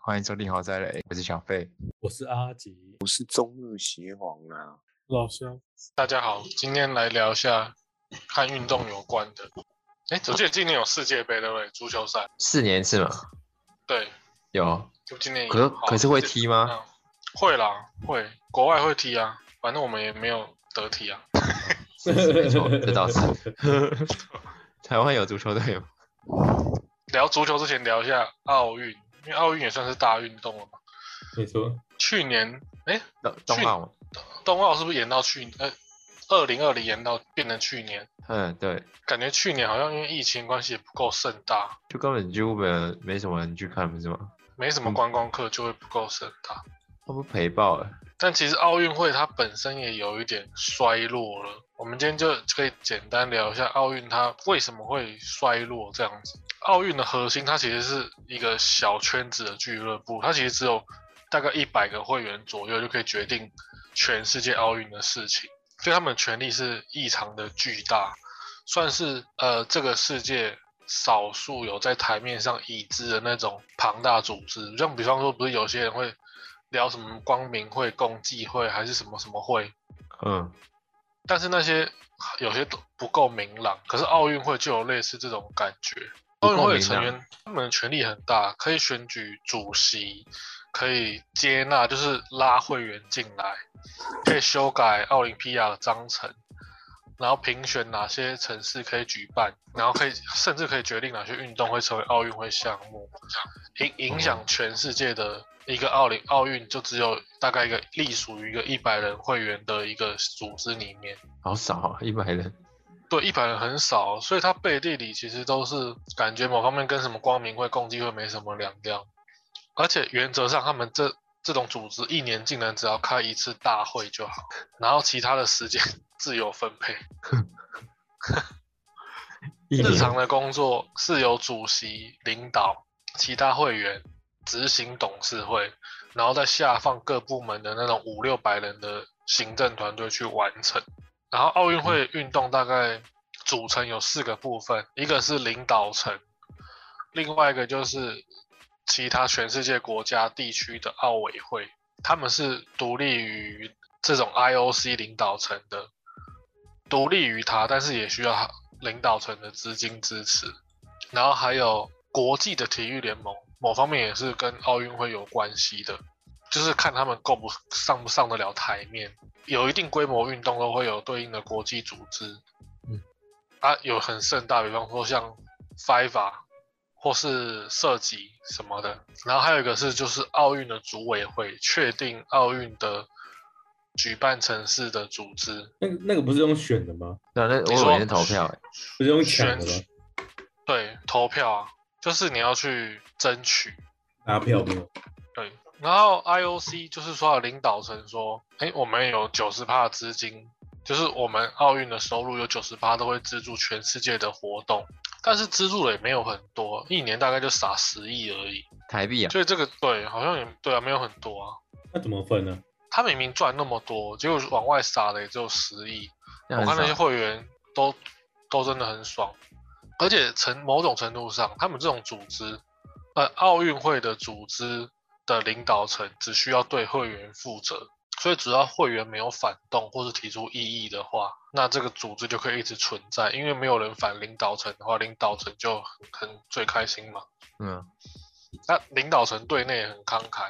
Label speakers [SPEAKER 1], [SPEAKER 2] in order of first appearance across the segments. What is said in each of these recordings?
[SPEAKER 1] 欢迎收听豪宅雷，我是小费。
[SPEAKER 2] 我是阿吉，
[SPEAKER 3] 是中日协皇啊，
[SPEAKER 2] 老乡，
[SPEAKER 4] 大家好，今天来聊一下和运动有关的。哎，我记得今年有世界杯对不对？足球赛，
[SPEAKER 1] 四年一次嘛，
[SPEAKER 4] 对，
[SPEAKER 1] 有
[SPEAKER 4] 就今年有。
[SPEAKER 1] 可
[SPEAKER 4] 好
[SPEAKER 1] 可是会踢吗？
[SPEAKER 4] 嗯会啦，会，国外会踢啊，反正我们也没有得踢啊。
[SPEAKER 1] 是是没错，这倒是。 台湾有足球队吗？
[SPEAKER 4] 聊足球之前聊一下奥运，因为奥运也算是大运动了嘛。
[SPEAKER 2] 没错，
[SPEAKER 4] 去年哎，
[SPEAKER 1] 冬冬奥吗？
[SPEAKER 4] 冬奥是不是延到去呃二零二零延到变成去年？
[SPEAKER 1] 嗯，对，
[SPEAKER 4] 感觉去年好像因为疫情关系也不够盛大，
[SPEAKER 1] 就根本就没有没什么人去看，不是吗？
[SPEAKER 4] 没
[SPEAKER 1] 嗯
[SPEAKER 4] 什么观光客就会不够盛大。
[SPEAKER 1] 他们赔爆了。
[SPEAKER 4] 但其实奥运会它本身也有一点衰落了。我们今天就可以简单聊一下奥运它为什么会衰落这样子。奥运的核心它其实是一个小圈子的俱乐部，它其实只有大概一百个会员左右就可以决定全世界奥运的事情，所以他们的权力是异常的巨大，算是呃这个世界。少数有在台面上已知的那种庞大组织，像比方说，不是有些人会聊什么光明会、共济会还是什么什么会，
[SPEAKER 1] 嗯，
[SPEAKER 4] 但是那些有些都不够明朗。可是奥运会就有类似这种感觉，
[SPEAKER 1] 不
[SPEAKER 4] 奥
[SPEAKER 1] 够明朗
[SPEAKER 4] 运会的成员他们的权力很大，可以选举主席，可以接纳就是拉会员进来，可以修改奥林匹亚的章程。然后评选哪些城市可以举办，然后可以甚至可以决定哪些运动会成为奥运会项目，影影
[SPEAKER 1] 哦
[SPEAKER 4] 响全世界的一个奥林奥运就只有大概一个隶属于一个一百人会员的一个组织里面，
[SPEAKER 1] 好少啊，一百人。
[SPEAKER 4] 对，一百人很少，所以它背地里其实都是感觉某方面跟什么光明会、共济会没什么两样，而且原则上他们这这种组织一年竟然只要开一次大会就好，然后其他的时间 自由分配，
[SPEAKER 1] 一
[SPEAKER 4] 日
[SPEAKER 1] 年
[SPEAKER 4] 常的工作是由主席领导、其他会员、执行董事会，然后再下放各部门的那种五六百人的行政团队去完成。然后奥运会运动大概组成有四个部分，一个是领导层，另外一个就是其他全世界国家地区的奥委会，他们是独立于这种 IOC 领导层的，独立于它，但是也需要领导层的资金支持。然后还有国际的体育联盟，某方面也是跟奥运会有关系的，就是看他们够不上不上得了台面。有一定规模运动都会有对应的国际组织，
[SPEAKER 2] 嗯，
[SPEAKER 4] 啊，有很盛大，比方说像 FIFA 或是射击什么的。然后还有一个是就是奥运的组委会确定奥运的举办城市的组织，
[SPEAKER 2] 那个那个不是用选的吗？
[SPEAKER 1] 对啊，那
[SPEAKER 4] 你
[SPEAKER 1] 我
[SPEAKER 4] 说
[SPEAKER 1] 每天投票、欸，
[SPEAKER 2] 不是用抢的吗
[SPEAKER 4] 选？对，投票啊，就是你要去争取。
[SPEAKER 2] 拉票没有？
[SPEAKER 4] 对，然后 IOC 就是说的领导层说，哎，我们有九十趴资金，就是我们奥运的收入有九十趴都会资助全世界的活动，但是资助的也没有很多，一年大概就撒十亿而已，
[SPEAKER 1] 台币啊，
[SPEAKER 4] 所以这个对，好像也对啊，没有很多啊。
[SPEAKER 2] 那怎么分呢？
[SPEAKER 4] 他明明赚那么多，结果往外撒的也只有十亿，
[SPEAKER 1] 那
[SPEAKER 4] 我
[SPEAKER 1] 很
[SPEAKER 4] 看那些
[SPEAKER 1] 少。
[SPEAKER 4] 会员都都真的很爽，而且从某种程度上，他们这种组织，呃，奥运会的组织的领导层只需要对会员负责，所以只要会员没有反动或是提出异议的话，那这个组织就可以一直存在，因为没有人反领导层的话，领导层就很很最开心嘛。
[SPEAKER 1] 嗯，
[SPEAKER 4] 那领导层对内也很慷慨，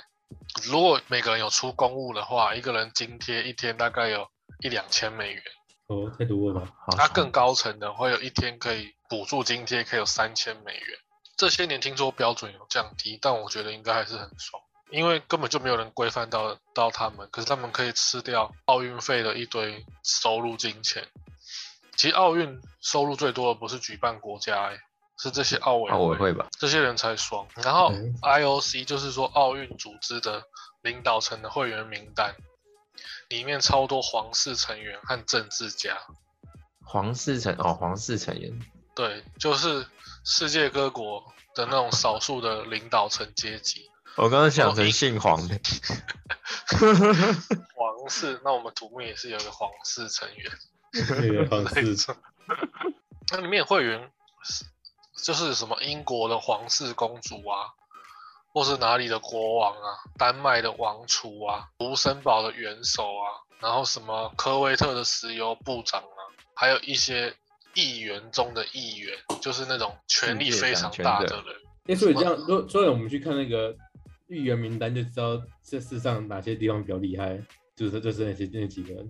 [SPEAKER 4] 如果每个人有出公务的话，一个人津贴一天大概有一两千美元。
[SPEAKER 2] 哦，太多了吧？
[SPEAKER 1] 好
[SPEAKER 4] 它
[SPEAKER 1] 少。
[SPEAKER 4] 更高层的会有一天可以补助津贴，可以有三千美元。这些年听说标准有降低，但我觉得应该还是很爽，因为根本就没有人规范到到他们，可是他们可以吃掉奥运费的一堆收入金钱。其实奥运收入最多的不是举办国家、欸，是这些奥委
[SPEAKER 1] 奥委会吧，
[SPEAKER 4] 这些人才爽。然后
[SPEAKER 2] 嗯
[SPEAKER 4] IOC 就是说奥运组织的领导层的会员名单，里面超多皇室成员和政治家。
[SPEAKER 1] 黄世成哦，黄世成也
[SPEAKER 4] 对，就是世界各国的那种少数的领导层阶级，
[SPEAKER 1] 我刚刚想
[SPEAKER 4] 哎
[SPEAKER 1] 成姓黄的，
[SPEAKER 4] 皇室。那我们土木也是有一个皇室成员，
[SPEAKER 2] 那个 方
[SPEAKER 4] 对
[SPEAKER 2] 式，
[SPEAKER 4] 那里面会员是就是什么英国的皇室公主啊，或是哪里的国王啊，丹麦的王储啊，卢森堡的元首啊，然后什么科威特的石油部长啊，还有一些议员中的议员，就是那种权力非常大的人。
[SPEAKER 2] 哎，所以这样，如果所以我们去看那个预言名单，就知道这世上哪些地方比较厉害，就是就是那些那几个人。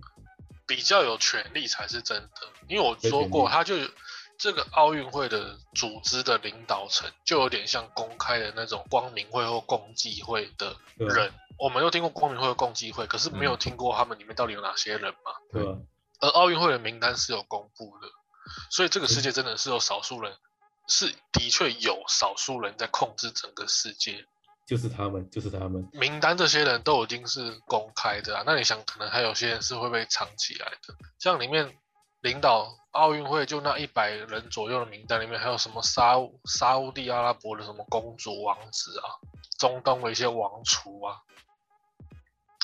[SPEAKER 4] 比较有权利才是真的，因为我说过，他就有这个奥运会的组织的领导层，就有点像公开的那种光明会或共济会的
[SPEAKER 2] 对啊嗯
[SPEAKER 4] 人。我们都听过光明会和共济会，可是没有听过他们里面到底有哪些人嘛？
[SPEAKER 2] 对吧？
[SPEAKER 4] 而奥运会的名单是有公布的，所以这个世界真的是有少数人，是的确有少数人在控制整个世界。
[SPEAKER 2] 就是他们，就是他们。
[SPEAKER 4] 名单这些人都已经是公开的啊，那你想，可能还有些人是会被藏起来的。像里面领导奥运会就那一百人左右的名单里面，还有什么沙乌沙乌地阿拉伯的什么公主、王子啊，中东的一些王储啊，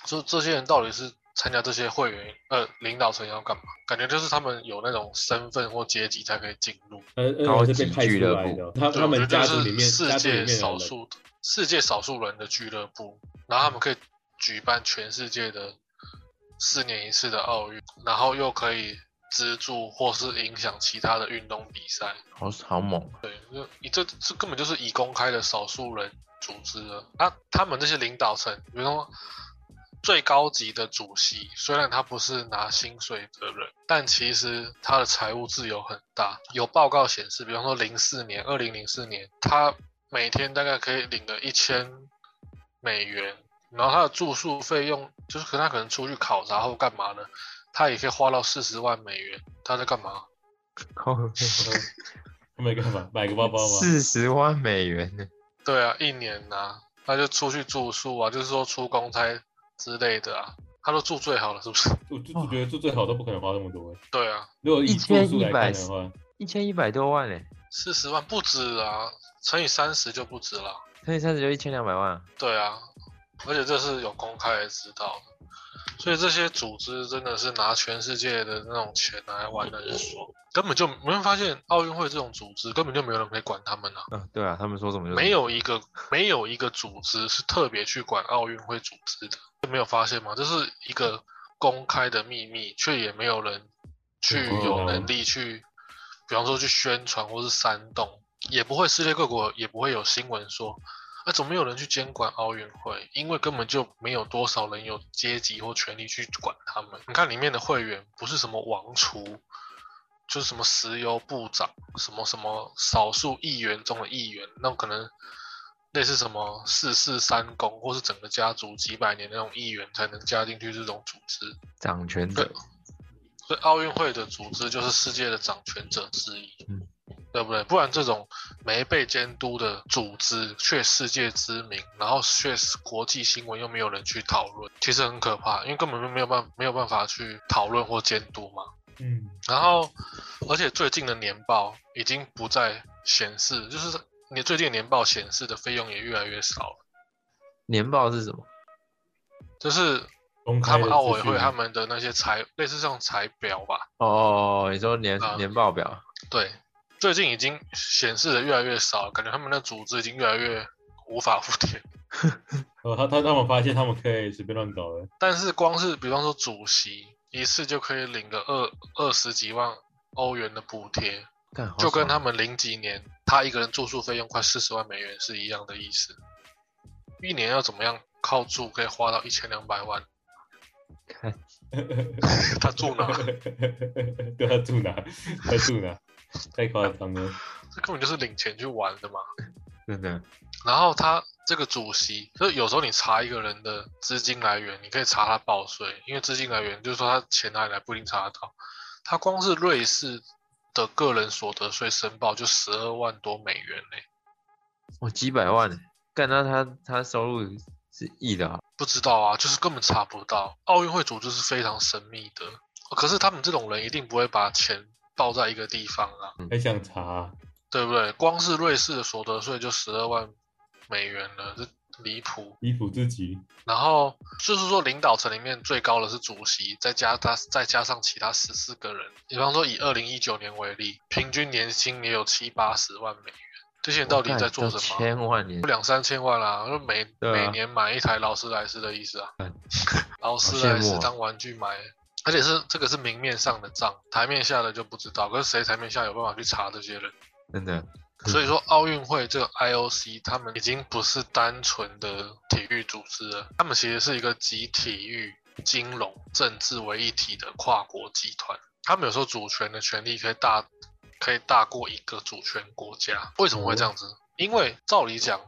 [SPEAKER 4] 就这些人到底是参加这些会员呃领导层要干嘛？感觉就是他们有那种身份或阶级才可以进入。
[SPEAKER 2] 呃，而
[SPEAKER 1] 高
[SPEAKER 2] 且
[SPEAKER 1] 级
[SPEAKER 2] 是被派出来
[SPEAKER 1] 俱
[SPEAKER 2] 的，他
[SPEAKER 4] 对
[SPEAKER 2] 他
[SPEAKER 4] 我
[SPEAKER 2] 们
[SPEAKER 4] 觉
[SPEAKER 2] 家
[SPEAKER 4] 得
[SPEAKER 2] 族里面，
[SPEAKER 4] 是世
[SPEAKER 2] 家族里面
[SPEAKER 4] 界
[SPEAKER 2] 的人
[SPEAKER 4] 少数的世界少数人的俱乐部，然后他们可以举办全世界的四年一次的奥运，然后又可以资助或是影响其他的运动比赛。
[SPEAKER 1] 好好猛啊，
[SPEAKER 4] 对，那你这这根本就是以公开的少数人组织了。那、他们这些领导层，比如说最高级的主席，虽然他不是拿薪水的人，但其实他的财务自由很大。有报告显示，比方说零四年、二零零四年，他每天大概可以领个一千美元，然后他的住宿费用，就是可能他可能出去考察或干嘛呢，他也可以花到四十万美元。他在干嘛？
[SPEAKER 1] 靠，
[SPEAKER 2] 他们干嘛？买个包包 吗？
[SPEAKER 1] 四十万美元呢，
[SPEAKER 4] 对啊，一年呐、他就出去住宿啊，就是说出公差之类的啊，他都住最好了，是不是？
[SPEAKER 2] 我就就觉得做最好都不可能花这么多。
[SPEAKER 4] 对啊，
[SPEAKER 2] 如果以住
[SPEAKER 1] 1100
[SPEAKER 2] 宿来看的话，
[SPEAKER 1] 一千一百多万欸呢，
[SPEAKER 4] 四十万不止啊，乘以三十就不止了。
[SPEAKER 1] 乘以三十就一千两百万啊，
[SPEAKER 4] 对啊，而且这是有公开的知道的，所以这些组织真的是拿全世界的那种钱来玩的人爽，根本就你会发现奥运会这种组织根本就没有人可以管他们啊，
[SPEAKER 1] 啊，对啊，他们说什么就
[SPEAKER 4] 没有一个没有一个组织是特别去管奥运会组织的，没有发现吗？这是一个公开的秘密，却也没有人去
[SPEAKER 2] 嗯
[SPEAKER 4] 有能力去，比方说去宣传或是煽动，也不会世界各国也不会有新闻说，啊，怎么没有人去监管奥运会？因为根本就没有多少人有阶级或权利去管他们。你看里面的会员不是什么王储。就是什么石油部长，什么什么少数议员中的议员，那种可能类似什么四世三公，或是整个家族几百年那种议员才能加进去这种组织。
[SPEAKER 1] 掌权者，
[SPEAKER 4] 所以奥运会的组织就是世界的掌权者之一，
[SPEAKER 1] 嗯
[SPEAKER 4] 对不对？不然这种没被监督的组织却世界知名，然后却是国际新闻又没有人去讨论，其实很可怕，因为根本就没有办没有办法去讨论或监督嘛。
[SPEAKER 2] 嗯，
[SPEAKER 4] 然后，而且最近的年报已经不再显示，就是你最近的年报显示的费用也越来越少了。
[SPEAKER 1] 年报是什么？
[SPEAKER 4] 就是
[SPEAKER 2] 公开
[SPEAKER 4] 他
[SPEAKER 2] 的
[SPEAKER 4] 们啊
[SPEAKER 2] 资讯
[SPEAKER 4] 奥委会他们的那些财，类似这种财表吧，
[SPEAKER 1] 哦，你说年
[SPEAKER 4] 啊
[SPEAKER 1] 年报表，
[SPEAKER 4] 对，最近已经显示的越来越少，感觉他们的组织已经越来越无法无天。
[SPEAKER 2] 呃，他他他们发现他们可以随便乱搞了，
[SPEAKER 4] 但是光是比方说主席一次就可以领个二二十几万欧元的补贴，
[SPEAKER 1] 干好
[SPEAKER 4] 就跟他
[SPEAKER 1] 爽
[SPEAKER 4] 们零几年他一个人住宿费用快四十万美元是一样的意思。一年要怎么样靠住可以花到一千两百万？
[SPEAKER 1] 看
[SPEAKER 4] 他住哪？
[SPEAKER 2] 对，他住哪？他住哪？太夸张了。
[SPEAKER 4] 这根本就是领钱去玩的嘛。
[SPEAKER 1] 真的
[SPEAKER 4] 然后他这个主席，就是有时候你查一个人的资金来源，你可以查他报税，因为资金来源就是说他钱哪里来不一定查得到。他光是瑞士的个人所得税申报就十二万多美元嘞、
[SPEAKER 1] 哇几百万呢，干那他他收入是亿的啊，
[SPEAKER 4] 不知道啊，就是根本查不到。奥运会组织是非常神秘的，可是他们这种人一定不会把钱报在一个地方啊。
[SPEAKER 2] 还想查、
[SPEAKER 4] 对不对？光是瑞士的所得税就十二万美元了，这离谱。
[SPEAKER 2] 离谱至极。
[SPEAKER 4] 然后就是说，领导层里面最高的是主席，再加他再加上其他十四个人。比方说，以二零一九年为例，平均年薪也有七八十万美元，这些人到底在做什么？啊
[SPEAKER 1] 千万年
[SPEAKER 4] 有两三千万啦、就每、
[SPEAKER 1] 对啊
[SPEAKER 4] 每年买一台劳斯莱斯的意思啊
[SPEAKER 1] 嗯，
[SPEAKER 4] 劳斯莱
[SPEAKER 1] 好羡慕
[SPEAKER 4] 斯
[SPEAKER 1] 哦
[SPEAKER 4] 当玩具买，而且是这个是明面上的账，台面下的就不知道，可是谁台面下有办法去查这些人？
[SPEAKER 1] 真的，嗯
[SPEAKER 4] 所以说奥运会这个 IOC 他们已经不是单纯的体育组织了，他们其实是一个集体育、金融、政治为一体的跨国集团。他们有时候主权的权利可以大，可以大过一个主权国家。为什么会这样子？因为照理讲，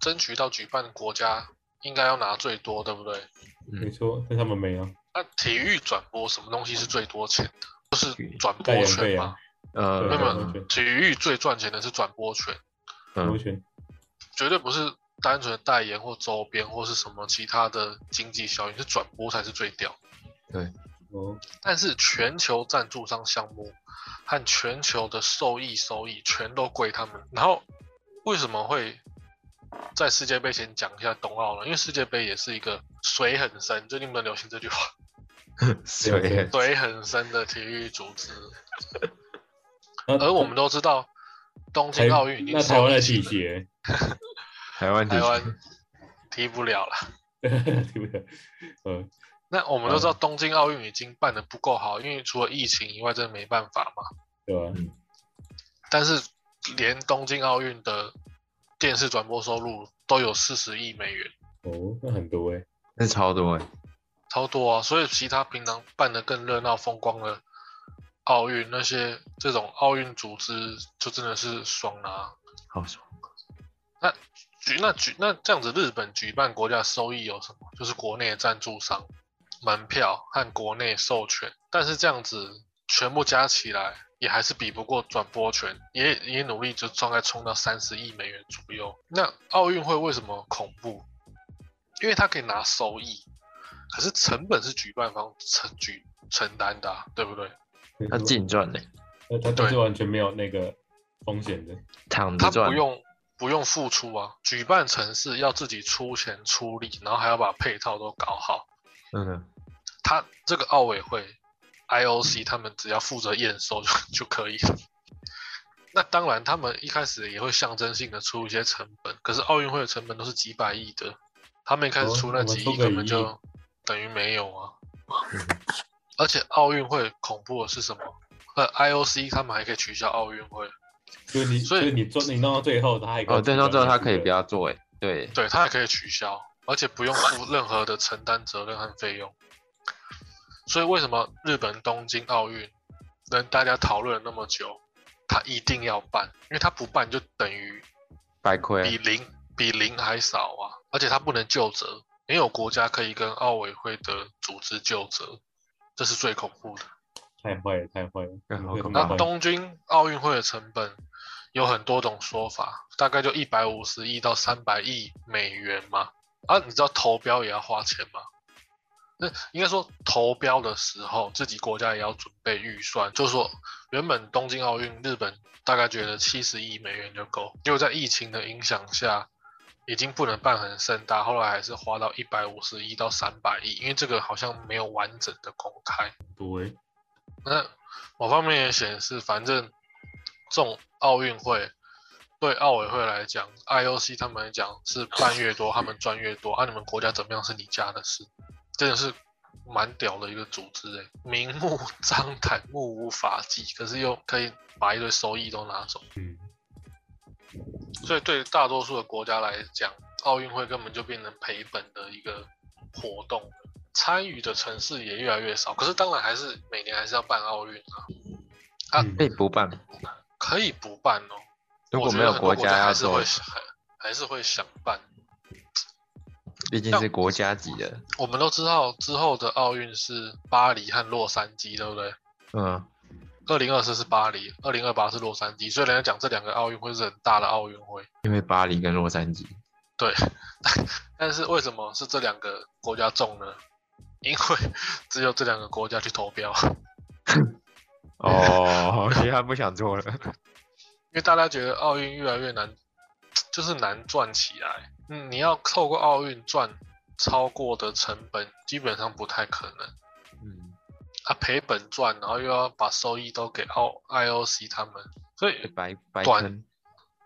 [SPEAKER 4] 争取到举办的国家应该要拿最多，对不对？
[SPEAKER 2] 没错，但他们没有。
[SPEAKER 4] 那体育转播什么东西是最多钱的？就是转
[SPEAKER 2] 代
[SPEAKER 4] 播
[SPEAKER 2] 言费
[SPEAKER 4] 权
[SPEAKER 2] 啊
[SPEAKER 4] 嘛。
[SPEAKER 1] 呃，
[SPEAKER 2] 对
[SPEAKER 4] 那
[SPEAKER 2] 啊
[SPEAKER 4] 么
[SPEAKER 2] 完全
[SPEAKER 4] 体育最赚钱的是转播权。
[SPEAKER 2] 完
[SPEAKER 1] 嗯
[SPEAKER 2] 全
[SPEAKER 4] 绝对不是单纯的代言或周边或是什么其他的经济效益，是转播才是最屌。
[SPEAKER 2] 哦，
[SPEAKER 4] 但是全球赞助商项目和全球的受益收益全都归他们。然后为什么会在世界杯前讲一下冬奥呢？因为世界杯也是一个水很深，最近不是流行这句话，
[SPEAKER 1] 水
[SPEAKER 4] 水很深的体育组织。
[SPEAKER 2] 那
[SPEAKER 4] 而我们都知道，东
[SPEAKER 2] 台
[SPEAKER 4] 京奥运已经
[SPEAKER 2] 那台湾
[SPEAKER 4] 受
[SPEAKER 2] 的
[SPEAKER 4] 疫情
[SPEAKER 2] 体
[SPEAKER 4] 了
[SPEAKER 2] 协，
[SPEAKER 1] 台湾地
[SPEAKER 4] 台
[SPEAKER 1] 区
[SPEAKER 4] 湾踢不了了。
[SPEAKER 2] 对不对？呃，
[SPEAKER 4] 那我们都知道东京奥运已经办得不够好，因为除了疫情以外，真的没办法嘛。
[SPEAKER 2] 对吧？
[SPEAKER 4] 但是连东京奥运的电视转播收入都有四十亿美元，
[SPEAKER 2] 哦，那很多哎，
[SPEAKER 1] 那超多哎，
[SPEAKER 4] 超多啊！所以其他平常办得更热闹风光的奥运，那些这种奥运组织就真的是爽啊拿、
[SPEAKER 1] 好爽，
[SPEAKER 4] 举那举那这样子，日本举办国家的收益有什么？就是国内的赞助商、门票和国内授权，但是这样子全部加起来也还是比不过转播权，也也努力就大概冲到三十亿美元左右。那奥运会为什么恐怖？因为它可以拿收益，可是成本是举办方承举承担的啊、对不对？
[SPEAKER 1] 他净赚嘞，
[SPEAKER 2] 那他他是完全没有那个风险的，
[SPEAKER 1] 躺
[SPEAKER 4] 他
[SPEAKER 1] 着赚
[SPEAKER 4] 不，用不用付出啊，举办城市要自己出钱出力，然后还要把配套都搞好。
[SPEAKER 1] 真的，
[SPEAKER 4] 他这个奥委会 IOC 他们只要负责验收就 就可以了。那当然，他们一开始也会象征性的出一些成本，可是奥运会的成本都是几百亿的，他们一开始
[SPEAKER 2] 哦
[SPEAKER 4] 出那几
[SPEAKER 2] 我们
[SPEAKER 4] 亿
[SPEAKER 2] 出个
[SPEAKER 4] 根本
[SPEAKER 2] 一亿嗯
[SPEAKER 4] 就等于没有啊。而且奥运会恐怖的是什么？呃，IOC 他们还可以取消奥运会，
[SPEAKER 2] 就是你
[SPEAKER 4] 所
[SPEAKER 2] 所
[SPEAKER 4] 以
[SPEAKER 2] 以你做你弄到最后，他还可以
[SPEAKER 1] 哦，对，到最后他可以
[SPEAKER 2] 对
[SPEAKER 1] 不要做哎，对，
[SPEAKER 4] 对他也可以取消，而且不用负任何的承担责任和费用。所以为什么日本东京奥运能大家讨论了那么久，他一定要办，因为他不办就等于
[SPEAKER 1] 白亏
[SPEAKER 4] 比
[SPEAKER 1] 欸，
[SPEAKER 4] 零比零还少啊，而且他不能就责，没有国家可以跟奥委会的组织就责，这是最恐怖的。
[SPEAKER 2] 太坏了，太坏了，
[SPEAKER 1] 哎
[SPEAKER 4] 嗯
[SPEAKER 1] 好
[SPEAKER 2] 会
[SPEAKER 1] 可
[SPEAKER 2] 这么
[SPEAKER 1] 怕
[SPEAKER 4] 那
[SPEAKER 2] 坏
[SPEAKER 4] 啊东京奥运会的成本有很多种说法，大概就一百五十亿到三百亿美元嘛。啊，你知道投标也要花钱吗？那应该说投标的时候，自己国家也要准备预算，就是说原本东京奥运日本大概觉得七十亿美元就够，结果在疫情的影响下，已经不能办很盛大，后来还是花到一百五十亿到三百亿，因为这个好像没有完整的公开。
[SPEAKER 2] 多哎，
[SPEAKER 4] 那某方面也显示，反正这种奥运会对奥委会来讲，IOC 他们来讲是办越多，他们赚越多。啊，你们国家怎么样是你家的事，真的是蛮屌的一个组织诶、明目张胆、目无法纪，可是又可以把一堆收益都拿走。
[SPEAKER 2] 嗯，
[SPEAKER 4] 所以对大多数的国家来讲，奥运会根本就变成赔本的一个活动了，参与的城市也越来越少。可是当然还是每年还是要办奥运啊，啊
[SPEAKER 2] 嗯
[SPEAKER 1] 可以不办，
[SPEAKER 4] 可以不办哦。
[SPEAKER 1] 如果
[SPEAKER 4] 我觉
[SPEAKER 1] 没
[SPEAKER 4] 得
[SPEAKER 1] 有
[SPEAKER 4] 很多国
[SPEAKER 1] 家要
[SPEAKER 4] 还是
[SPEAKER 1] 做
[SPEAKER 4] 会，还还是会想办。
[SPEAKER 1] 毕竟是国家级的，
[SPEAKER 4] 我们都知道之后的奥运是巴黎和洛杉矶，对不对？
[SPEAKER 1] 嗯，
[SPEAKER 4] 二零二四是巴黎，二零二八是洛杉矶，所以人家讲这两个奥运会是很大的奥运会。
[SPEAKER 1] 因为巴黎跟洛杉矶，
[SPEAKER 4] 对，但是为什么是这两个国家中呢？因为只有这两个国家去投 标，因
[SPEAKER 1] 哦，其实他不想做了，
[SPEAKER 4] 为大家觉得奥运越来越难，就是难赚起来。嗯，你要透过奥运赚超过的成本，基本上不太可能。
[SPEAKER 1] 嗯，
[SPEAKER 4] 啊，赔本赚，然后又要把收益都给奥 IOC 他们，所以
[SPEAKER 1] 白白
[SPEAKER 4] 短
[SPEAKER 1] 坑，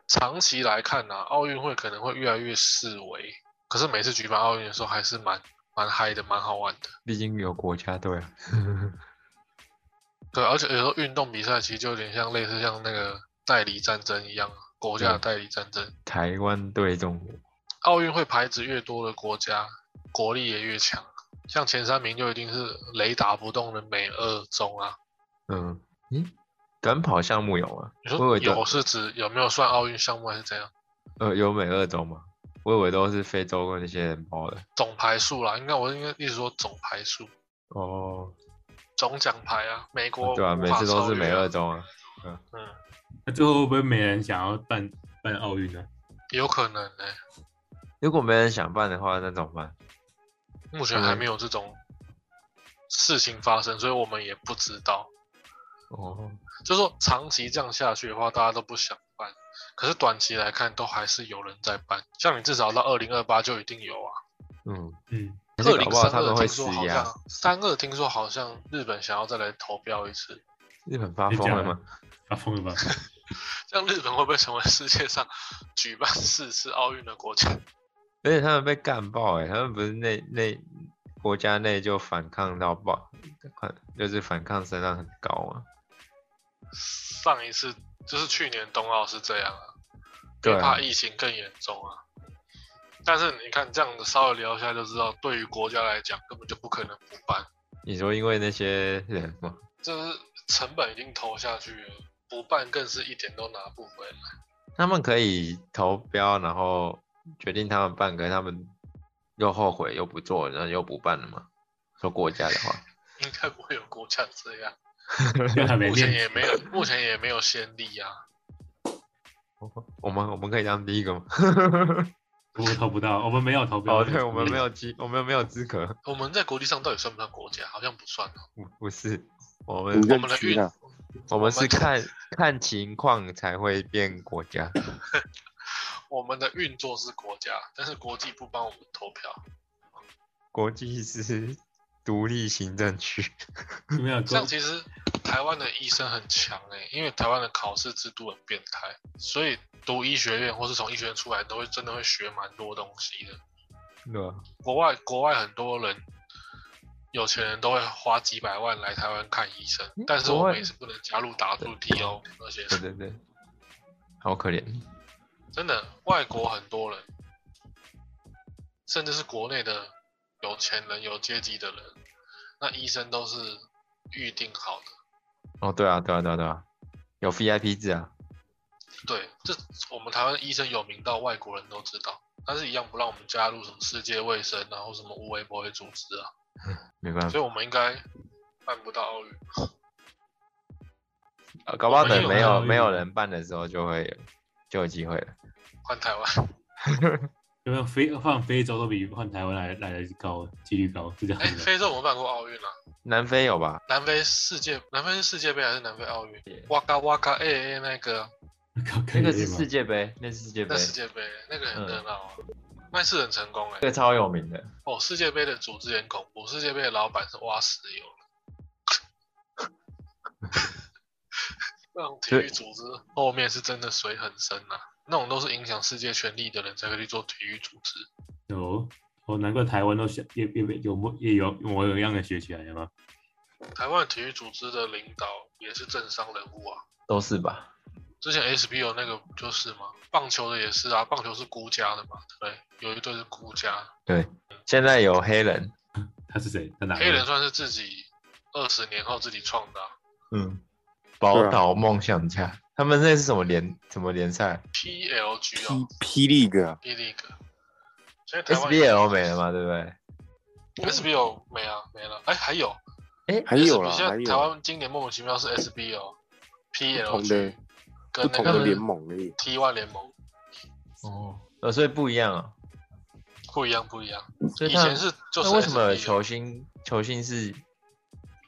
[SPEAKER 4] 长期来看呢、奥运会可能会越来越式微。可是每次举办奥运的时候，还是蛮蛮嗨的，蛮好玩的。
[SPEAKER 1] 毕竟有国家队啊。
[SPEAKER 4] 对，而且有时候运动比赛其实就有点像类似像那个代理战争一样，国家的
[SPEAKER 1] 嗯
[SPEAKER 4] 代理战争。
[SPEAKER 1] 台湾对中国，
[SPEAKER 4] 奥运会牌子越多的国家，国力也越强。像前三名就一定是雷打不动的美、俄、中啊。
[SPEAKER 1] 嗯，咦，短跑项目有吗？
[SPEAKER 4] 你
[SPEAKER 1] 我
[SPEAKER 4] 说
[SPEAKER 1] 以为
[SPEAKER 4] 有
[SPEAKER 1] 短
[SPEAKER 4] 是指有没有算奥运项目还是怎样？
[SPEAKER 1] 呃有美二洲吗？我以为都是非洲跟那些人包的。
[SPEAKER 4] 总牌数啦，应该我应该一直说总牌数、
[SPEAKER 1] 哦，
[SPEAKER 4] 总奖牌啊。美国
[SPEAKER 1] 对啊，
[SPEAKER 4] 无
[SPEAKER 1] 每
[SPEAKER 4] 法
[SPEAKER 1] 次都
[SPEAKER 4] 超
[SPEAKER 1] 是
[SPEAKER 4] 越
[SPEAKER 1] 美
[SPEAKER 4] 啊
[SPEAKER 1] 二洲啊。
[SPEAKER 4] 嗯，
[SPEAKER 2] 那最后会不会没人想要办办奥运呢？
[SPEAKER 4] 有可能欸呢、
[SPEAKER 1] 如果没人想办的话，那怎么办？
[SPEAKER 4] 目前还没有这种事情发生，所以我们也不知道。
[SPEAKER 1] 哦，
[SPEAKER 4] 就是说长期这样下去的话，大家都不想办，可是短期来看，都还是有人在办。像你至少到二零二八就一定有啊。
[SPEAKER 1] 嗯，
[SPEAKER 2] 嗯，
[SPEAKER 1] 而
[SPEAKER 4] 二
[SPEAKER 1] 且搞
[SPEAKER 4] 零
[SPEAKER 1] 不好
[SPEAKER 4] 三
[SPEAKER 1] 他
[SPEAKER 4] 二
[SPEAKER 1] 们会
[SPEAKER 4] 听
[SPEAKER 1] 施
[SPEAKER 4] 说好
[SPEAKER 1] 压。
[SPEAKER 4] 像三二听说好像日本想要再来投标一次，
[SPEAKER 1] 日本发
[SPEAKER 2] 你
[SPEAKER 1] 疯
[SPEAKER 2] 讲
[SPEAKER 1] 了
[SPEAKER 2] 啊
[SPEAKER 1] 吗？
[SPEAKER 2] 啊疯了吧？
[SPEAKER 4] 这样日本会不会成为世界上举办四次奥运的国家？
[SPEAKER 1] 而且他们被干爆哎、他们不是内内国家内就反抗到爆，反就是反抗声浪很高嘛。
[SPEAKER 4] 上一次就是去年冬奥是这样啊，
[SPEAKER 1] 对
[SPEAKER 4] 更
[SPEAKER 1] 啊
[SPEAKER 4] 怕疫情更严重啊。但是你看这样子稍微聊一下就知道，对于国家来讲根本就不可能不办，
[SPEAKER 1] 你说因为那些人嘛，
[SPEAKER 4] 就是成本已经投下去了，不办更是一点都拿不回来。
[SPEAKER 1] 他们可以投标，然后决定他们办，可是他们又后悔又不做，然后又不办了嘛。说国家的话，
[SPEAKER 4] 应该不会有国家这样，
[SPEAKER 2] 因为还没
[SPEAKER 4] 目前
[SPEAKER 2] 练，
[SPEAKER 4] 也没有，目前也没有先例啊。
[SPEAKER 1] 我们我们可以当第一个吗？
[SPEAKER 2] 我们投不到，我们没有投标。
[SPEAKER 1] 哦，对，我们没有资，我们没有资格，
[SPEAKER 4] 我们在国际上到底算不算国家？好像不算哦。
[SPEAKER 1] 不不是，我们
[SPEAKER 3] 你
[SPEAKER 4] 我
[SPEAKER 3] 认
[SPEAKER 4] 们的
[SPEAKER 3] 区
[SPEAKER 4] 运
[SPEAKER 3] 啊，
[SPEAKER 1] 我
[SPEAKER 4] 我
[SPEAKER 1] 们是
[SPEAKER 4] 们
[SPEAKER 1] 看看情况才会变国家。
[SPEAKER 4] 我们的运作是国家，但是国际不帮我们投票。
[SPEAKER 1] 国际是 独立行政区，
[SPEAKER 2] 没有
[SPEAKER 4] 这样
[SPEAKER 2] 过，
[SPEAKER 4] 其实台湾的医生很强哎、因为台湾的考试制度很变态，所以读医学院或是从医学院出来都会真的会学蛮多东西的。
[SPEAKER 1] 对吧？
[SPEAKER 4] 国外国外很多人有钱人都会花几百万来台湾看医生
[SPEAKER 1] 嗯，
[SPEAKER 4] 但是
[SPEAKER 1] 国
[SPEAKER 4] 我
[SPEAKER 1] 外
[SPEAKER 4] 们也是不能加入 WTO 那些
[SPEAKER 1] 对对对， 好可怜。
[SPEAKER 4] 真的外国很多人，甚至是国内的有钱人、有阶级的人，那医生都是预定好的。
[SPEAKER 1] 哦，对啊，对啊，对啊，对啊，有 VIP 制啊。
[SPEAKER 4] 对，这我们台湾医生有名到外国人都知道，但是一样不让我们加入什么世界卫生啊，或什么无微不微组织啊，
[SPEAKER 1] 没办法，
[SPEAKER 4] 所以我们应该办不到奥运。
[SPEAKER 1] 呃搞不好
[SPEAKER 4] 我们
[SPEAKER 1] 等
[SPEAKER 4] 有
[SPEAKER 1] 没
[SPEAKER 2] 奥
[SPEAKER 1] 有
[SPEAKER 2] 运
[SPEAKER 1] 没有
[SPEAKER 2] 啊
[SPEAKER 1] 人办的时候，就会有就有机会了。
[SPEAKER 4] 换台湾，
[SPEAKER 2] 有没有非换非洲都比换台湾来来的高，几率高，是这样
[SPEAKER 4] 哎，
[SPEAKER 2] 的。
[SPEAKER 4] 非洲我们办过奥运啊，
[SPEAKER 1] 南非有吧？
[SPEAKER 4] 南非世界，南非是世界杯还是南非奥运？哇嘎哇嘎，哎哎那个，
[SPEAKER 2] 高可
[SPEAKER 1] 那
[SPEAKER 2] 以
[SPEAKER 1] 个是
[SPEAKER 2] 吗
[SPEAKER 1] 世界杯，那是世界杯
[SPEAKER 4] 那，世界杯那个很热闹啊，那次很成功哎、
[SPEAKER 1] 这个超有名的。
[SPEAKER 4] 哦，世界杯的组织也很恐怖，世界杯的老板是挖石油 的。那种体育组织后面是真的水很深呐、那种都是影响世界权力的人才会去做体育组织。
[SPEAKER 2] 有哦，难怪台湾都想也也也有模也有模有样的学起来了嘛。
[SPEAKER 4] 台湾体育组织的领导也是政商人物啊，
[SPEAKER 1] 都是吧？
[SPEAKER 4] 之前 SBO 那个不就是吗？棒球的也是啊，棒球是孤家的嘛，对，有一队是孤家，
[SPEAKER 1] 现在有黑人，
[SPEAKER 2] 他是谁？他哪
[SPEAKER 4] 黑人
[SPEAKER 2] 个？
[SPEAKER 4] 算是自己二十年后自己创的啊、
[SPEAKER 1] 嗯，宝岛梦想家，他们那是什么联什么联赛
[SPEAKER 4] PLG 哦
[SPEAKER 3] 霹霹雳哥，
[SPEAKER 4] ，B League。现在台湾有
[SPEAKER 1] ？SBL 没了嘛，对不对？
[SPEAKER 4] SBO 没啊，没了。哎，还有，
[SPEAKER 3] 还有
[SPEAKER 4] SB
[SPEAKER 3] 啦，
[SPEAKER 4] 现
[SPEAKER 3] 还
[SPEAKER 4] 在台
[SPEAKER 3] 有
[SPEAKER 4] 湾今年莫名其妙是 SBO、
[SPEAKER 3] 同的
[SPEAKER 4] PLG
[SPEAKER 3] 不
[SPEAKER 4] 跟那
[SPEAKER 3] 同的联
[SPEAKER 4] 个
[SPEAKER 3] 盟而已，
[SPEAKER 4] T1 联盟
[SPEAKER 1] 哦，呃，所以不一样啊。
[SPEAKER 4] 不一样，不一样。
[SPEAKER 1] 所以
[SPEAKER 4] 以
[SPEAKER 1] 他们
[SPEAKER 4] 前是就是
[SPEAKER 1] 那为什么
[SPEAKER 4] SBO
[SPEAKER 1] 球星球星是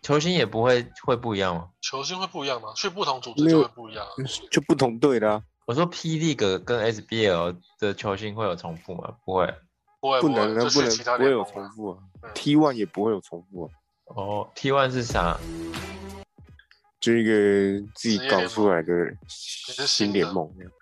[SPEAKER 1] 球星也不会会不一样吗？
[SPEAKER 4] 球星会不一样吗？去不同组
[SPEAKER 3] 没
[SPEAKER 4] 织
[SPEAKER 3] 有
[SPEAKER 4] 就会不一样啊。
[SPEAKER 3] 嗯就不同队的啊，
[SPEAKER 1] 我说 P League 跟 SBL 的球星会有重复吗？不会。
[SPEAKER 4] 不会
[SPEAKER 3] 不
[SPEAKER 4] 会
[SPEAKER 3] 能啊，
[SPEAKER 4] 就
[SPEAKER 3] 不
[SPEAKER 4] 去
[SPEAKER 3] 能
[SPEAKER 4] 其他
[SPEAKER 3] 不会
[SPEAKER 4] 联
[SPEAKER 3] 有
[SPEAKER 4] 盟
[SPEAKER 3] 重
[SPEAKER 4] 啊。
[SPEAKER 3] 复啊
[SPEAKER 4] 嗯
[SPEAKER 3] ，T one 也不会有重复啊，
[SPEAKER 1] 哦，T one 是啥？
[SPEAKER 3] 就一个自己
[SPEAKER 4] 职业
[SPEAKER 3] 搞
[SPEAKER 4] 嗯联
[SPEAKER 3] 出
[SPEAKER 4] 盟啊
[SPEAKER 3] 来的
[SPEAKER 4] 也
[SPEAKER 3] 新
[SPEAKER 4] 是新
[SPEAKER 3] 联
[SPEAKER 4] 的
[SPEAKER 3] 盟那样，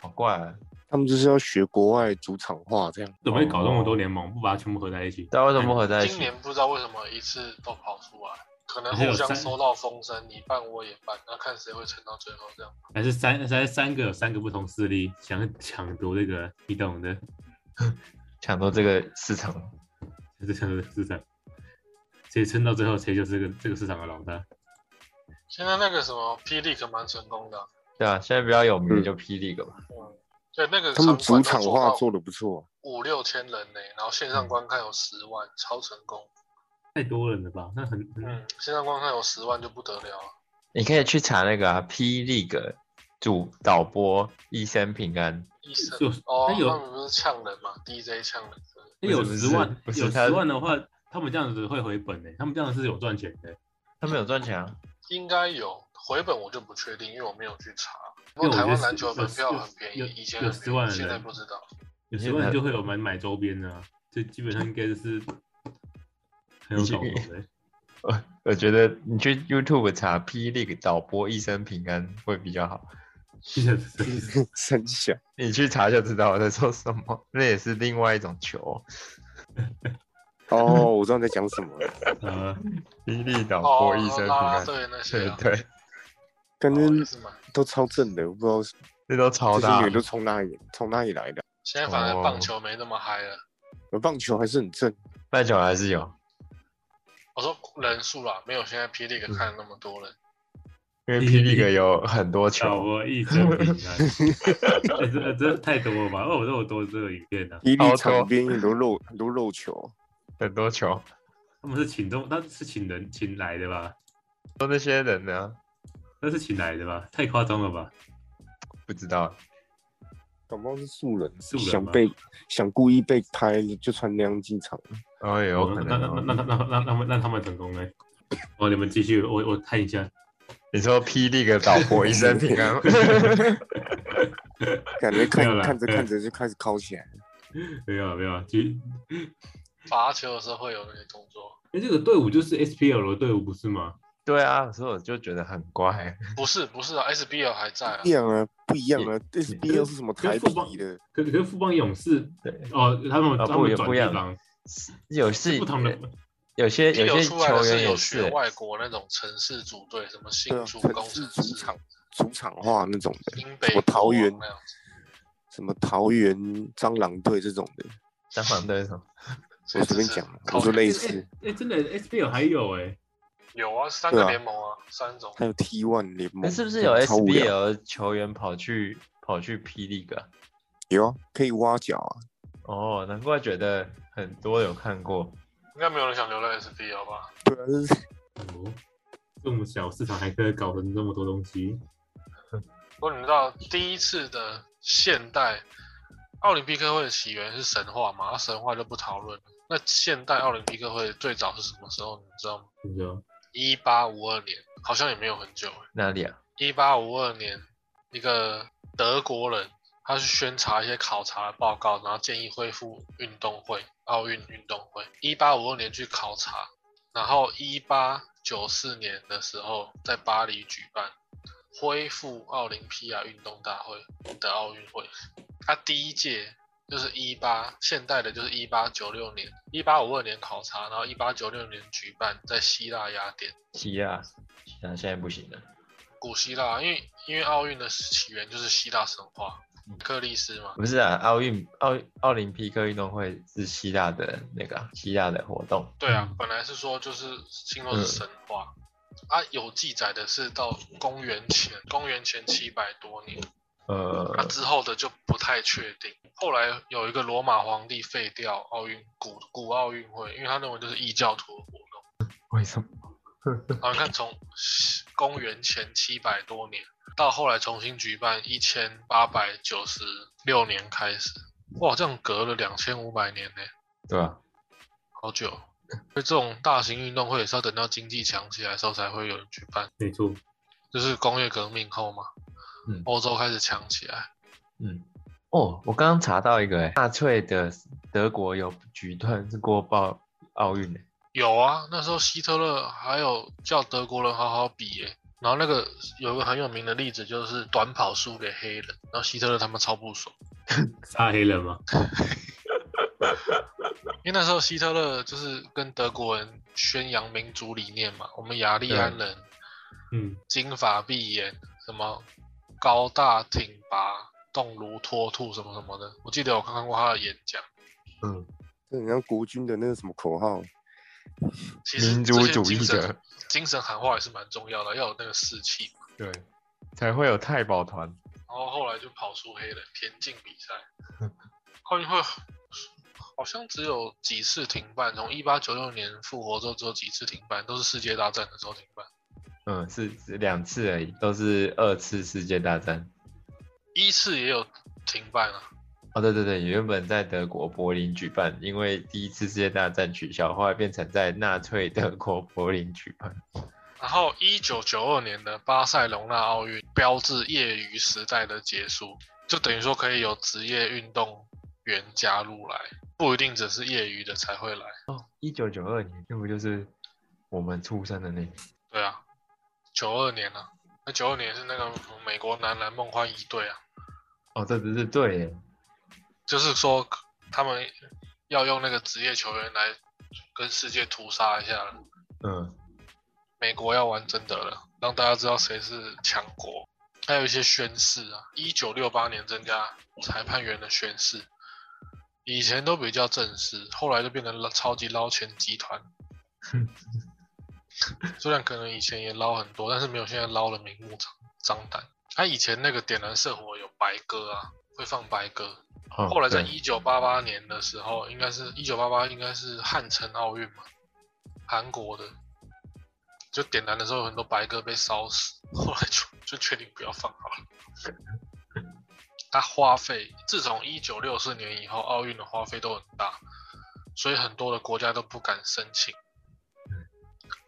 [SPEAKER 1] 好怪、啊，
[SPEAKER 3] 他们就是要学国外主场化这样。
[SPEAKER 2] 怎么会搞这么多联盟，不把它全部合在一起？
[SPEAKER 1] 啊但为什么不合在一
[SPEAKER 4] 今
[SPEAKER 1] 起？
[SPEAKER 4] 年不知道为什么一次都跑出来，可能
[SPEAKER 2] 还有
[SPEAKER 4] 互相
[SPEAKER 2] 三
[SPEAKER 4] 收到风声，你办我也办，那看谁会撑到最后这样。
[SPEAKER 2] 还是三还是三个有三个不同势力想抢夺这个，你懂的，
[SPEAKER 1] 抢夺这个市场，
[SPEAKER 2] 就是抢夺市场，谁撑到最后，谁就是这个这个市场的老大。
[SPEAKER 4] 现在那个什么霹雳可蛮成功的啊、
[SPEAKER 1] 对啊，现在比较有名的就 P League 吧，
[SPEAKER 4] 嗯，对，那个
[SPEAKER 3] 他们
[SPEAKER 4] 场馆
[SPEAKER 3] 主
[SPEAKER 4] 都
[SPEAKER 3] 场
[SPEAKER 4] 做
[SPEAKER 3] 化
[SPEAKER 4] 到
[SPEAKER 3] 做的不错，啊
[SPEAKER 4] 五六千人呢、然后线
[SPEAKER 2] 嗯
[SPEAKER 4] 上观看有十万，超成功。
[SPEAKER 2] 太多人了吧？那很很
[SPEAKER 4] 嗯，线上观看有十万就不得了啊。
[SPEAKER 1] 你可以去查那个啊 P League 主导播一生平安，
[SPEAKER 4] 医生
[SPEAKER 2] 就
[SPEAKER 4] 哦，
[SPEAKER 2] 那有
[SPEAKER 4] 他们不是呛人嘛？DJ 呛人，
[SPEAKER 2] 那有
[SPEAKER 1] 不是
[SPEAKER 2] 十万
[SPEAKER 1] 不是
[SPEAKER 2] 有
[SPEAKER 1] 他
[SPEAKER 2] 十万的话，他们这样子会回本的、他们这样子是有赚钱的、
[SPEAKER 1] 他们有赚钱啊，
[SPEAKER 4] 应该有回本，我就不确定，因为我没有去查。
[SPEAKER 2] 因为
[SPEAKER 4] 不
[SPEAKER 2] 我觉
[SPEAKER 4] 过台
[SPEAKER 2] 得
[SPEAKER 4] 湾
[SPEAKER 2] 是
[SPEAKER 4] 篮球门票
[SPEAKER 2] 有
[SPEAKER 4] 很便宜
[SPEAKER 2] 有，
[SPEAKER 4] 以前
[SPEAKER 2] 有
[SPEAKER 4] 很
[SPEAKER 2] 10万
[SPEAKER 4] 便宜，现在
[SPEAKER 2] 人
[SPEAKER 4] 不知道。
[SPEAKER 2] 有
[SPEAKER 1] 现
[SPEAKER 2] 十万
[SPEAKER 1] 在
[SPEAKER 2] 就会有买买周边的、啊，这基本上应该是很有搞头的、
[SPEAKER 1] 我我觉得你去 YouTube 查 P League 导播一生平安会比较好。
[SPEAKER 4] 嗯
[SPEAKER 3] 三小
[SPEAKER 1] 你去查就知道我在说什么。那也是另外一种球，
[SPEAKER 3] 哦，我知道你在讲什么了，
[SPEAKER 2] 呃，
[SPEAKER 1] 霹雳导
[SPEAKER 4] 哦
[SPEAKER 1] 播一生，平
[SPEAKER 4] 啦啦
[SPEAKER 1] 安。
[SPEAKER 4] 队那些
[SPEAKER 1] 对
[SPEAKER 4] 啊，
[SPEAKER 1] 对，
[SPEAKER 3] 感觉
[SPEAKER 4] 哦也是蛮。
[SPEAKER 3] 都超正的，我不知道这
[SPEAKER 1] 这都超
[SPEAKER 3] 些
[SPEAKER 1] 大
[SPEAKER 3] 女人。都从哪里从哪里来的。啊
[SPEAKER 4] 现在反而
[SPEAKER 1] 哦
[SPEAKER 4] 棒球没那么嗨了。
[SPEAKER 3] 棒球还是很正，
[SPEAKER 1] 半球还是有，
[SPEAKER 4] 我说人数啦，没有现在霹雳
[SPEAKER 1] 嗯
[SPEAKER 4] 可看那么多人。
[SPEAKER 1] 因 为
[SPEAKER 2] 霹
[SPEAKER 1] 霹
[SPEAKER 2] 雳
[SPEAKER 1] 雳哥有很多
[SPEAKER 2] 导
[SPEAKER 4] 哦
[SPEAKER 1] 球，
[SPEAKER 2] 播一生平安，
[SPEAKER 1] 啊
[SPEAKER 2] 哎这这太多了吧？哦，我这么多这个影片呢、啊，
[SPEAKER 3] 一
[SPEAKER 1] 好
[SPEAKER 3] 粒
[SPEAKER 1] 多
[SPEAKER 3] 场边很多肉很多肉球，
[SPEAKER 1] 很多球，
[SPEAKER 2] 他们是请中，他是请人请来的吧？
[SPEAKER 1] 都那些人呢？
[SPEAKER 2] 那是请来的吧？太夸张了吧？
[SPEAKER 1] 不知道，
[SPEAKER 3] 搞不好是素人，
[SPEAKER 2] 素人啊
[SPEAKER 3] 想
[SPEAKER 2] 吗
[SPEAKER 3] 被想故意被拍就穿那样进场。
[SPEAKER 1] 哦，也有可
[SPEAKER 2] 那那
[SPEAKER 1] 能
[SPEAKER 2] 那
[SPEAKER 1] 哦。
[SPEAKER 2] 那那那那那他们成功了。 哦，你们继续，我我看一下。
[SPEAKER 1] 你说霹雳哥导播一生平 安，
[SPEAKER 3] 感觉
[SPEAKER 2] 没有
[SPEAKER 3] 看
[SPEAKER 2] 啦
[SPEAKER 3] 看着
[SPEAKER 2] 对
[SPEAKER 3] 看着就开始靠起来，
[SPEAKER 2] 没有啊没有，其实
[SPEAKER 4] 罚球的时候会有那些动作，
[SPEAKER 2] 哎，这个队伍就是 SPL 的队伍不是吗？
[SPEAKER 1] 对啊，所以我就觉得很怪。
[SPEAKER 4] 不是不是啊，SBL 还在啊
[SPEAKER 3] 不一。样啊，不一样啊，SBL 是什么台
[SPEAKER 2] 跟富邦
[SPEAKER 3] 比的？
[SPEAKER 2] 可可是富邦勇士
[SPEAKER 1] 对，
[SPEAKER 2] 哦，他们、
[SPEAKER 1] 啊
[SPEAKER 2] 他
[SPEAKER 1] 不
[SPEAKER 2] 们
[SPEAKER 1] 也
[SPEAKER 2] 转
[SPEAKER 1] 不一
[SPEAKER 2] 地
[SPEAKER 1] 样
[SPEAKER 2] 方
[SPEAKER 1] 有是
[SPEAKER 2] 不同的，
[SPEAKER 1] 有些有些
[SPEAKER 4] 出来的
[SPEAKER 1] 球员
[SPEAKER 4] 是有
[SPEAKER 1] 也
[SPEAKER 4] 学
[SPEAKER 1] 是，
[SPEAKER 4] 外国那种城市组队，什么
[SPEAKER 3] 对啊，
[SPEAKER 4] 新竹
[SPEAKER 3] 城
[SPEAKER 4] 工
[SPEAKER 3] 市
[SPEAKER 4] 程
[SPEAKER 3] 主
[SPEAKER 4] 师
[SPEAKER 3] 场、主场化那种的，
[SPEAKER 4] 新北
[SPEAKER 3] 什么桃园
[SPEAKER 4] 国王那样子
[SPEAKER 3] 什么桃园蟑螂队这种的，
[SPEAKER 1] 三防对
[SPEAKER 3] 嗯
[SPEAKER 1] 手，
[SPEAKER 3] 我随便讲，我说类似，
[SPEAKER 2] 哎、真的 SBL 还有哎、
[SPEAKER 4] 有啊，三
[SPEAKER 3] 对
[SPEAKER 4] 个
[SPEAKER 3] 啊
[SPEAKER 4] 联盟啊，三种
[SPEAKER 3] 还有 T One 联
[SPEAKER 1] 那哎
[SPEAKER 3] 盟，
[SPEAKER 1] 是不是有
[SPEAKER 3] 超无聊
[SPEAKER 1] SBL 球员跑去跑去霹雳哥？
[SPEAKER 3] 有啊，可以挖角啊，
[SPEAKER 1] 哦，难怪觉得很多有看过。
[SPEAKER 4] 应该没有人想留在 SBL 吧？
[SPEAKER 3] 对啊，这是
[SPEAKER 2] 哦，这么小市场还可以搞成这么多东西，
[SPEAKER 4] 不过你知道第一次的现代奥林匹克会的起源是神话嘛？啊神话就不讨论了。那现代奥林匹克会最早是什么时候？你知道吗？
[SPEAKER 2] 是不是哦？
[SPEAKER 4] 一八五二年，好像也没有很久、欸。
[SPEAKER 1] 哪里啊？
[SPEAKER 4] 一八五二年，一个德国人，他去宣查一些考察的报告，然后建议恢复运动会，奥运运动会。一八五二年去考察，然后一八九四年的时候在巴黎举办恢复奥林匹亚运动大会的奥运会。他第一届就是一八现代的，就是一八九六年，一八五二年考察，然后一八九六年举办，在希腊雅典。
[SPEAKER 1] 希腊，希腊现在不行了。
[SPEAKER 4] 古希腊，因为因为奥运的起源就是希腊神话，
[SPEAKER 1] 嗯
[SPEAKER 4] 克利斯嘛。
[SPEAKER 1] 不是啊，奥运奥奥林匹克运动会是希腊的那个啊希腊的活动。
[SPEAKER 4] 对啊，本来是说就是听说是神话，啊，有记载的是到公元前公元前七百多年，啊
[SPEAKER 1] 呃，
[SPEAKER 4] 之后的就不太确定。后来有一个罗马皇帝废掉奥运古古奥运会，因为他认为就是异教徒的活动。
[SPEAKER 1] 为什么？
[SPEAKER 4] 啊，你看从公元前七百多年到后来重新举办一千八百九十六年开始，哇，这样隔了两千五百年呢，
[SPEAKER 1] 对啊吧、
[SPEAKER 4] 好久。所以这种大型运动会也是要等到经济强起来的时候才会有人举办，
[SPEAKER 2] 没错，
[SPEAKER 4] 就是工业革命后嘛
[SPEAKER 1] 嗯，
[SPEAKER 4] 欧洲开始强起来。
[SPEAKER 1] 嗯。哦，我刚刚查到一个、欸，纳粹的德国有举办过报奥运、欸，
[SPEAKER 4] 有啊，那时候希特勒还有叫德国人好好比耶、然后那个有一个很有名的例子，就是短跑输给黑人，然后希特勒他们超不爽，
[SPEAKER 2] 杀黑人嘛，
[SPEAKER 4] 因为那时候希特勒就是跟德国人宣扬民主理念嘛，我们雅利安人
[SPEAKER 2] 嗯，
[SPEAKER 4] 金发碧眼，什么高大挺拔，动如脱兔什么什么的，我记得我看过他的演讲。
[SPEAKER 1] 嗯，
[SPEAKER 3] 这很像国军的那个什么口号，
[SPEAKER 4] 其实
[SPEAKER 1] 民
[SPEAKER 4] 这
[SPEAKER 1] 族
[SPEAKER 4] 些
[SPEAKER 1] 主
[SPEAKER 4] 精
[SPEAKER 1] 义
[SPEAKER 4] 神
[SPEAKER 1] 者，
[SPEAKER 4] 精神喊话也是蛮重要的，要有那个士气嘛。
[SPEAKER 1] 对，才会有太保团。
[SPEAKER 4] 然后后来就跑出黑人田径比赛， 奥运会好像只有几次停办，从一八九六年复活之后只有几次停办，都是世界大战的时候停办。
[SPEAKER 1] 嗯，是是两次而已，都是二次世界大战。
[SPEAKER 4] 一次也有停办啊，
[SPEAKER 1] 哦，对对对，原本在德国柏林举办，因为第一次世界大战取消，后来变成在纳粹德国柏林举办。
[SPEAKER 4] 然后一九九二年的巴塞隆纳奥运标志业余时代的结束，就等于说可以有职业运动员加入来，不一定只是业余的才会来。
[SPEAKER 1] 一九九二年，那不就是我们出生的那年？
[SPEAKER 4] 对啊，九二年啊，那九二年是那个美国男篮梦幻一队啊，
[SPEAKER 1] 哦，这只是对耶，
[SPEAKER 4] 就是说他们要用那个职业球员来跟世界屠杀一下了
[SPEAKER 1] 嗯，
[SPEAKER 4] 美国要玩真的了，让大家知道谁是强国。还有一些宣誓啊，一九六八年增加裁判员的宣誓，以前都比较正式，后来就变成了超级捞钱集团。虽然可能以前也捞很多，但是没有现在捞的明目张张胆。他、以前那个点燃圣火有白鸽啊，会放白鸽。
[SPEAKER 1] 哦
[SPEAKER 4] 后来在
[SPEAKER 1] 对
[SPEAKER 4] 一九八八年的时候，应该是一九八八，应该是汉城奥运嘛，韩国的，就点燃的时候有很多白鸽被烧死，后来就就确定不要放好了。它花费自从一九六四年以后，奥运的花费都很大，所以很多的国家都不敢申请。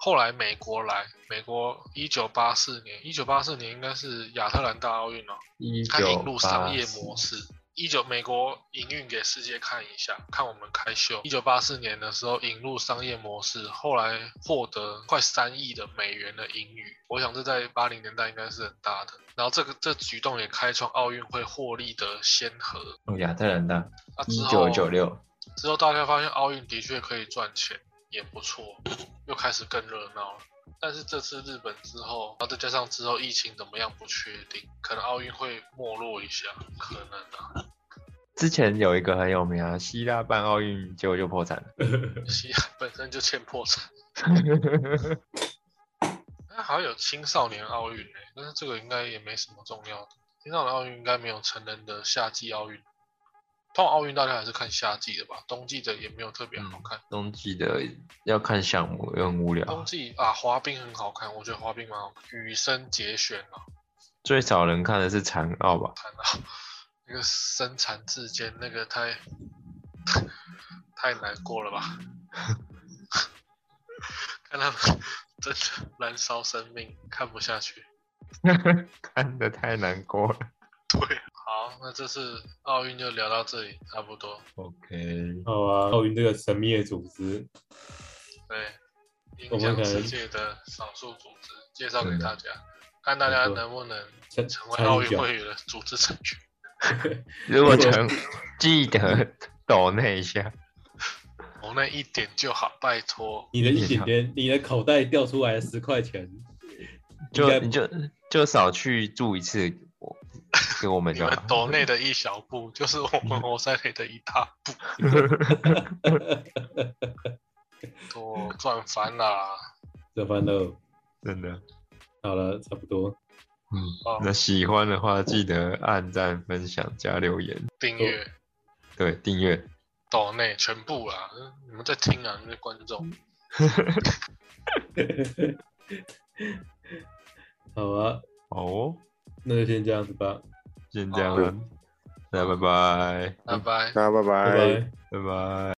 [SPEAKER 4] 后来美国来，美国一九八四年，一九八四年应该是亚特兰大奥运哦，
[SPEAKER 1] 一
[SPEAKER 4] 它
[SPEAKER 1] 九
[SPEAKER 4] 引入商业模式。一九美国营运给世界看一下，看我们开秀。一九八四年的时候引入商业模式，后来获得快三亿的美元的盈余，我想这在八零年代应该是很大的。然后这个这举动也开创奥运会获利的先河。
[SPEAKER 1] 哦，亚特兰大
[SPEAKER 4] 那
[SPEAKER 1] 一
[SPEAKER 4] 之后
[SPEAKER 1] 九九六，
[SPEAKER 4] 之后大家发现奥运的确可以赚钱，也不错，又开始更热闹了。但是这次日本之后，然后再加上之后疫情怎么样不确定，可能奥运会没落一下，可能啊。
[SPEAKER 1] 之前有一个很有名啊，希腊办奥运结果就破产了。
[SPEAKER 4] 西亚本身就欠破产，那好像有青少年奥运诶，但是这个应该也没什么重要的。青少年奥运应该没有成人的夏季奥运，通常奥运大家还是看夏季的吧，冬季的也没有特别好看。
[SPEAKER 1] 冬季的要看项目，也很无
[SPEAKER 4] 冬
[SPEAKER 1] 聊，
[SPEAKER 4] 季啊，滑冰很好看，我觉得滑冰蛮好看。羽生结弦啊，
[SPEAKER 1] 最少人看的是残奥吧？
[SPEAKER 4] 看到那个身残志坚，那个太 太难过了吧？ 看他们 真的燃烧生命，看不下去。
[SPEAKER 1] 看的太难过了。
[SPEAKER 4] 对，啊好，那这次奥运就聊到这里，差不多。
[SPEAKER 1] OK，
[SPEAKER 2] 好啊，奥运这个神秘的组织，
[SPEAKER 4] 对，
[SPEAKER 2] 我
[SPEAKER 4] 影
[SPEAKER 2] 们可
[SPEAKER 4] 响
[SPEAKER 2] 能
[SPEAKER 4] 世界的少数组织介绍给
[SPEAKER 1] 真的
[SPEAKER 4] 大家，看大家
[SPEAKER 2] 没错
[SPEAKER 4] 能不能
[SPEAKER 2] 参
[SPEAKER 4] 成为
[SPEAKER 2] 参
[SPEAKER 4] 奥
[SPEAKER 2] 与
[SPEAKER 4] 运
[SPEAKER 2] 角，
[SPEAKER 4] 会员的组织成员。
[SPEAKER 1] 如果成，记得抖那一下。
[SPEAKER 4] 我那一点就好，拜托。
[SPEAKER 2] 你的一点点，你的口袋掉出来的十块钱， 应
[SPEAKER 1] 就
[SPEAKER 2] 该
[SPEAKER 1] 你就就少去住一次，我给我们
[SPEAKER 4] 你
[SPEAKER 1] 就
[SPEAKER 4] 们
[SPEAKER 1] 好。
[SPEAKER 4] 岛内的一小步，就是我们活塞内的一大步，都赚翻啦！
[SPEAKER 2] 这番都
[SPEAKER 1] 真的，
[SPEAKER 2] 好了，差不多，
[SPEAKER 1] 嗯
[SPEAKER 4] 哦，
[SPEAKER 1] 那喜欢的话记得按赞、分享、加留言，
[SPEAKER 4] 订阅
[SPEAKER 1] 对，订阅。
[SPEAKER 4] 岛内全部啦，你们在听啊，你们的观众，
[SPEAKER 2] 好啊，
[SPEAKER 1] 好哦，
[SPEAKER 2] 那就先这样子吧，
[SPEAKER 1] 先这样
[SPEAKER 3] 好
[SPEAKER 1] 了，那拜拜，
[SPEAKER 4] 拜拜。
[SPEAKER 3] 大家拜
[SPEAKER 2] 拜拜。
[SPEAKER 1] 拜拜。